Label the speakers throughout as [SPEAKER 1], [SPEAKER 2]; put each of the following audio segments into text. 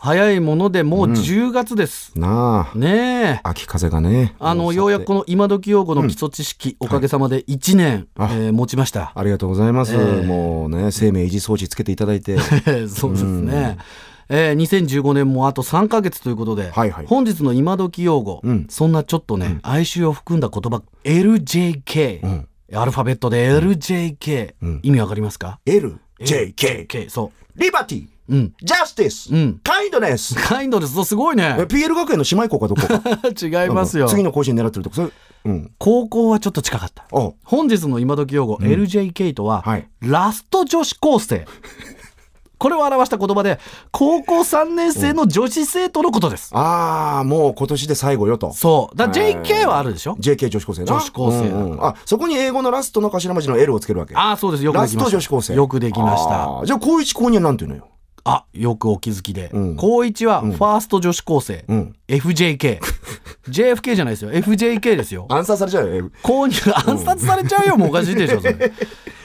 [SPEAKER 1] 早いものでもう10月です。
[SPEAKER 2] なあ、
[SPEAKER 1] ねえ。
[SPEAKER 2] 秋風がね。
[SPEAKER 1] あの、ようやくこの今時用語の基礎知識、おかげさまで1年、
[SPEAKER 2] あ
[SPEAKER 1] えー持ちました。
[SPEAKER 2] ありがとうございます。
[SPEAKER 1] ええ
[SPEAKER 2] もうね、生命維持装置つけていただいて。
[SPEAKER 1] そうですね。えー、2015年もあと3ヶ月ということで、
[SPEAKER 2] はいはい
[SPEAKER 1] 本日の今時用語、
[SPEAKER 2] うん
[SPEAKER 1] そんなちょっとね、哀愁を含んだ言葉、LJK、
[SPEAKER 2] ん
[SPEAKER 1] アルファベットで LJK、
[SPEAKER 2] ん
[SPEAKER 1] 意味わかりますか
[SPEAKER 2] LJK、
[SPEAKER 1] ?K、そ
[SPEAKER 2] リバティ、
[SPEAKER 1] う。うん。
[SPEAKER 2] ジャスティス、
[SPEAKER 1] うん
[SPEAKER 2] カインドネス。
[SPEAKER 1] カインドです。すごい
[SPEAKER 2] え
[SPEAKER 1] ね。
[SPEAKER 2] PL 学園の姉妹校かどこか。
[SPEAKER 1] 違いますよ。
[SPEAKER 2] 次の更新狙ってるとか、それ、うん。
[SPEAKER 1] 高校はちょっと近かった。
[SPEAKER 2] あ、
[SPEAKER 1] 本日の今時用語、LJK とは、
[SPEAKER 2] はい
[SPEAKER 1] ラスト女子高生。これを表した言葉で、高校3年生の女子生徒のことです。
[SPEAKER 2] あー、もう今年で最後よと。
[SPEAKER 1] そう。だから
[SPEAKER 2] えー
[SPEAKER 1] JK はあるでしょ
[SPEAKER 2] JK 女子高生な。
[SPEAKER 1] 女子高生だ
[SPEAKER 2] うんうんあ、そこに英語のラストの頭文字の L をつけるわけ。
[SPEAKER 1] ああ、そうです。よくできま
[SPEAKER 2] ラ
[SPEAKER 1] し
[SPEAKER 2] ス
[SPEAKER 1] た。
[SPEAKER 2] ト女子高生。
[SPEAKER 1] よくできました。
[SPEAKER 2] あー。じゃあ、高一高二はなんていうのよ。
[SPEAKER 1] あ、よくお気づきで。
[SPEAKER 2] うん
[SPEAKER 1] 高一はファースト女子高生。
[SPEAKER 2] うん。
[SPEAKER 1] FJK。JFK じゃないですよ。FJK ですよ。
[SPEAKER 2] 暗殺されちゃうよ。
[SPEAKER 1] 高2、暗殺されちゃうよ。もうおかしいでしょ、そ れ。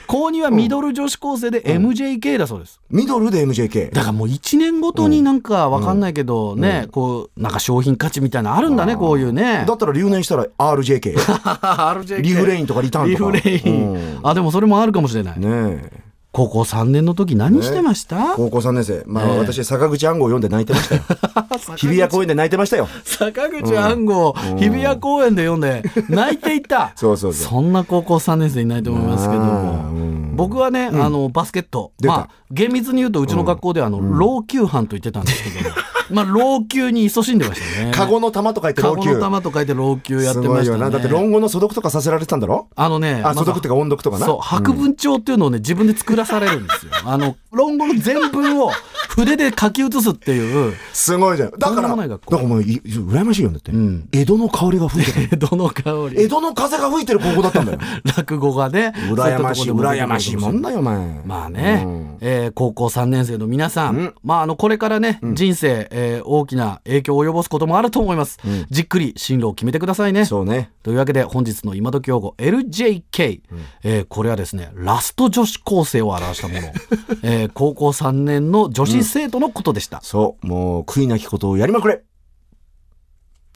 [SPEAKER 1] 高2はミドル女子高生で MJK だそうです。
[SPEAKER 2] ミドルで MJK
[SPEAKER 1] だ。からもう1年ごとになんかわかんないけどね、こう、なんか商品価値みたいなのあるんだね、こういうね
[SPEAKER 2] だ。ったら留年したら RJK。
[SPEAKER 1] RJK
[SPEAKER 2] リフレインとかリターン
[SPEAKER 1] リ
[SPEAKER 2] と
[SPEAKER 1] フ
[SPEAKER 2] か。
[SPEAKER 1] レイン。
[SPEAKER 2] うん
[SPEAKER 1] あ、でもそれもあるかもしれない。
[SPEAKER 2] ねえ。
[SPEAKER 1] 高校3年の時何してました、
[SPEAKER 2] 高校3年生。まあ
[SPEAKER 1] ねえ
[SPEAKER 2] 私、坂口暗号を読んで泣いてましたよ。
[SPEAKER 1] 坂口
[SPEAKER 2] 日比谷公園で泣いてましたよ。
[SPEAKER 1] 坂口安吾、日比谷公園で読んで泣いていた
[SPEAKER 2] そうそうそう。
[SPEAKER 1] そんな高校3年生いないと思いますけど
[SPEAKER 2] あー
[SPEAKER 1] も。
[SPEAKER 2] うん
[SPEAKER 1] 僕はね、あのバスケット、
[SPEAKER 2] 出た
[SPEAKER 1] まあ、厳密に言うとうちの学校ではあの、老朽班と言ってたんですけど、 まあ老朽に勤しんでましたね。
[SPEAKER 2] カゴの玉と書いて
[SPEAKER 1] カ
[SPEAKER 2] 老
[SPEAKER 1] ゴの
[SPEAKER 2] 朽。
[SPEAKER 1] 玉と書いて老朽やっ
[SPEAKER 2] す
[SPEAKER 1] て
[SPEAKER 2] ご
[SPEAKER 1] ま
[SPEAKER 2] い
[SPEAKER 1] し
[SPEAKER 2] よな。
[SPEAKER 1] た
[SPEAKER 2] だって
[SPEAKER 1] ね。
[SPEAKER 2] 論語の素読とかさせられてたんだろ
[SPEAKER 1] あのね、
[SPEAKER 2] あ、素読っていうか音読とかな。
[SPEAKER 1] そう、白文帳っていうのをね、自分で作らされるんですよ。 あの、論語の全文を筆で書き写すっていう、
[SPEAKER 2] すごいじゃん。だ
[SPEAKER 1] と
[SPEAKER 2] か
[SPEAKER 1] んで
[SPEAKER 2] ら、
[SPEAKER 1] もな
[SPEAKER 2] だ
[SPEAKER 1] い
[SPEAKER 2] か
[SPEAKER 1] 学校
[SPEAKER 2] らもう、い羨ましいよだって
[SPEAKER 1] ん。
[SPEAKER 2] 江戸の香りが吹いてる。
[SPEAKER 1] どの香り
[SPEAKER 2] 江戸の風が吹いてる高校だった んだよ。
[SPEAKER 1] 落語がね、
[SPEAKER 2] 羨ましい、
[SPEAKER 1] そうったところで
[SPEAKER 2] 羨ましいもんだよ、お前。
[SPEAKER 1] まあね、
[SPEAKER 2] うん
[SPEAKER 1] えー高校3年生の皆さん、
[SPEAKER 2] うん
[SPEAKER 1] まあ、あのこれからね、人生、えー大きな影響を及ぼすこともあると思います、
[SPEAKER 2] ん
[SPEAKER 1] じっくり進路を決めてくださいね
[SPEAKER 2] そうね。
[SPEAKER 1] というわけで本日の今時用語 LJK、えーこれはですねラスト女子高生を表したもの、えー高校3年の女子生徒のことでした、
[SPEAKER 2] そう、もう悔いなきことをやりまくれ。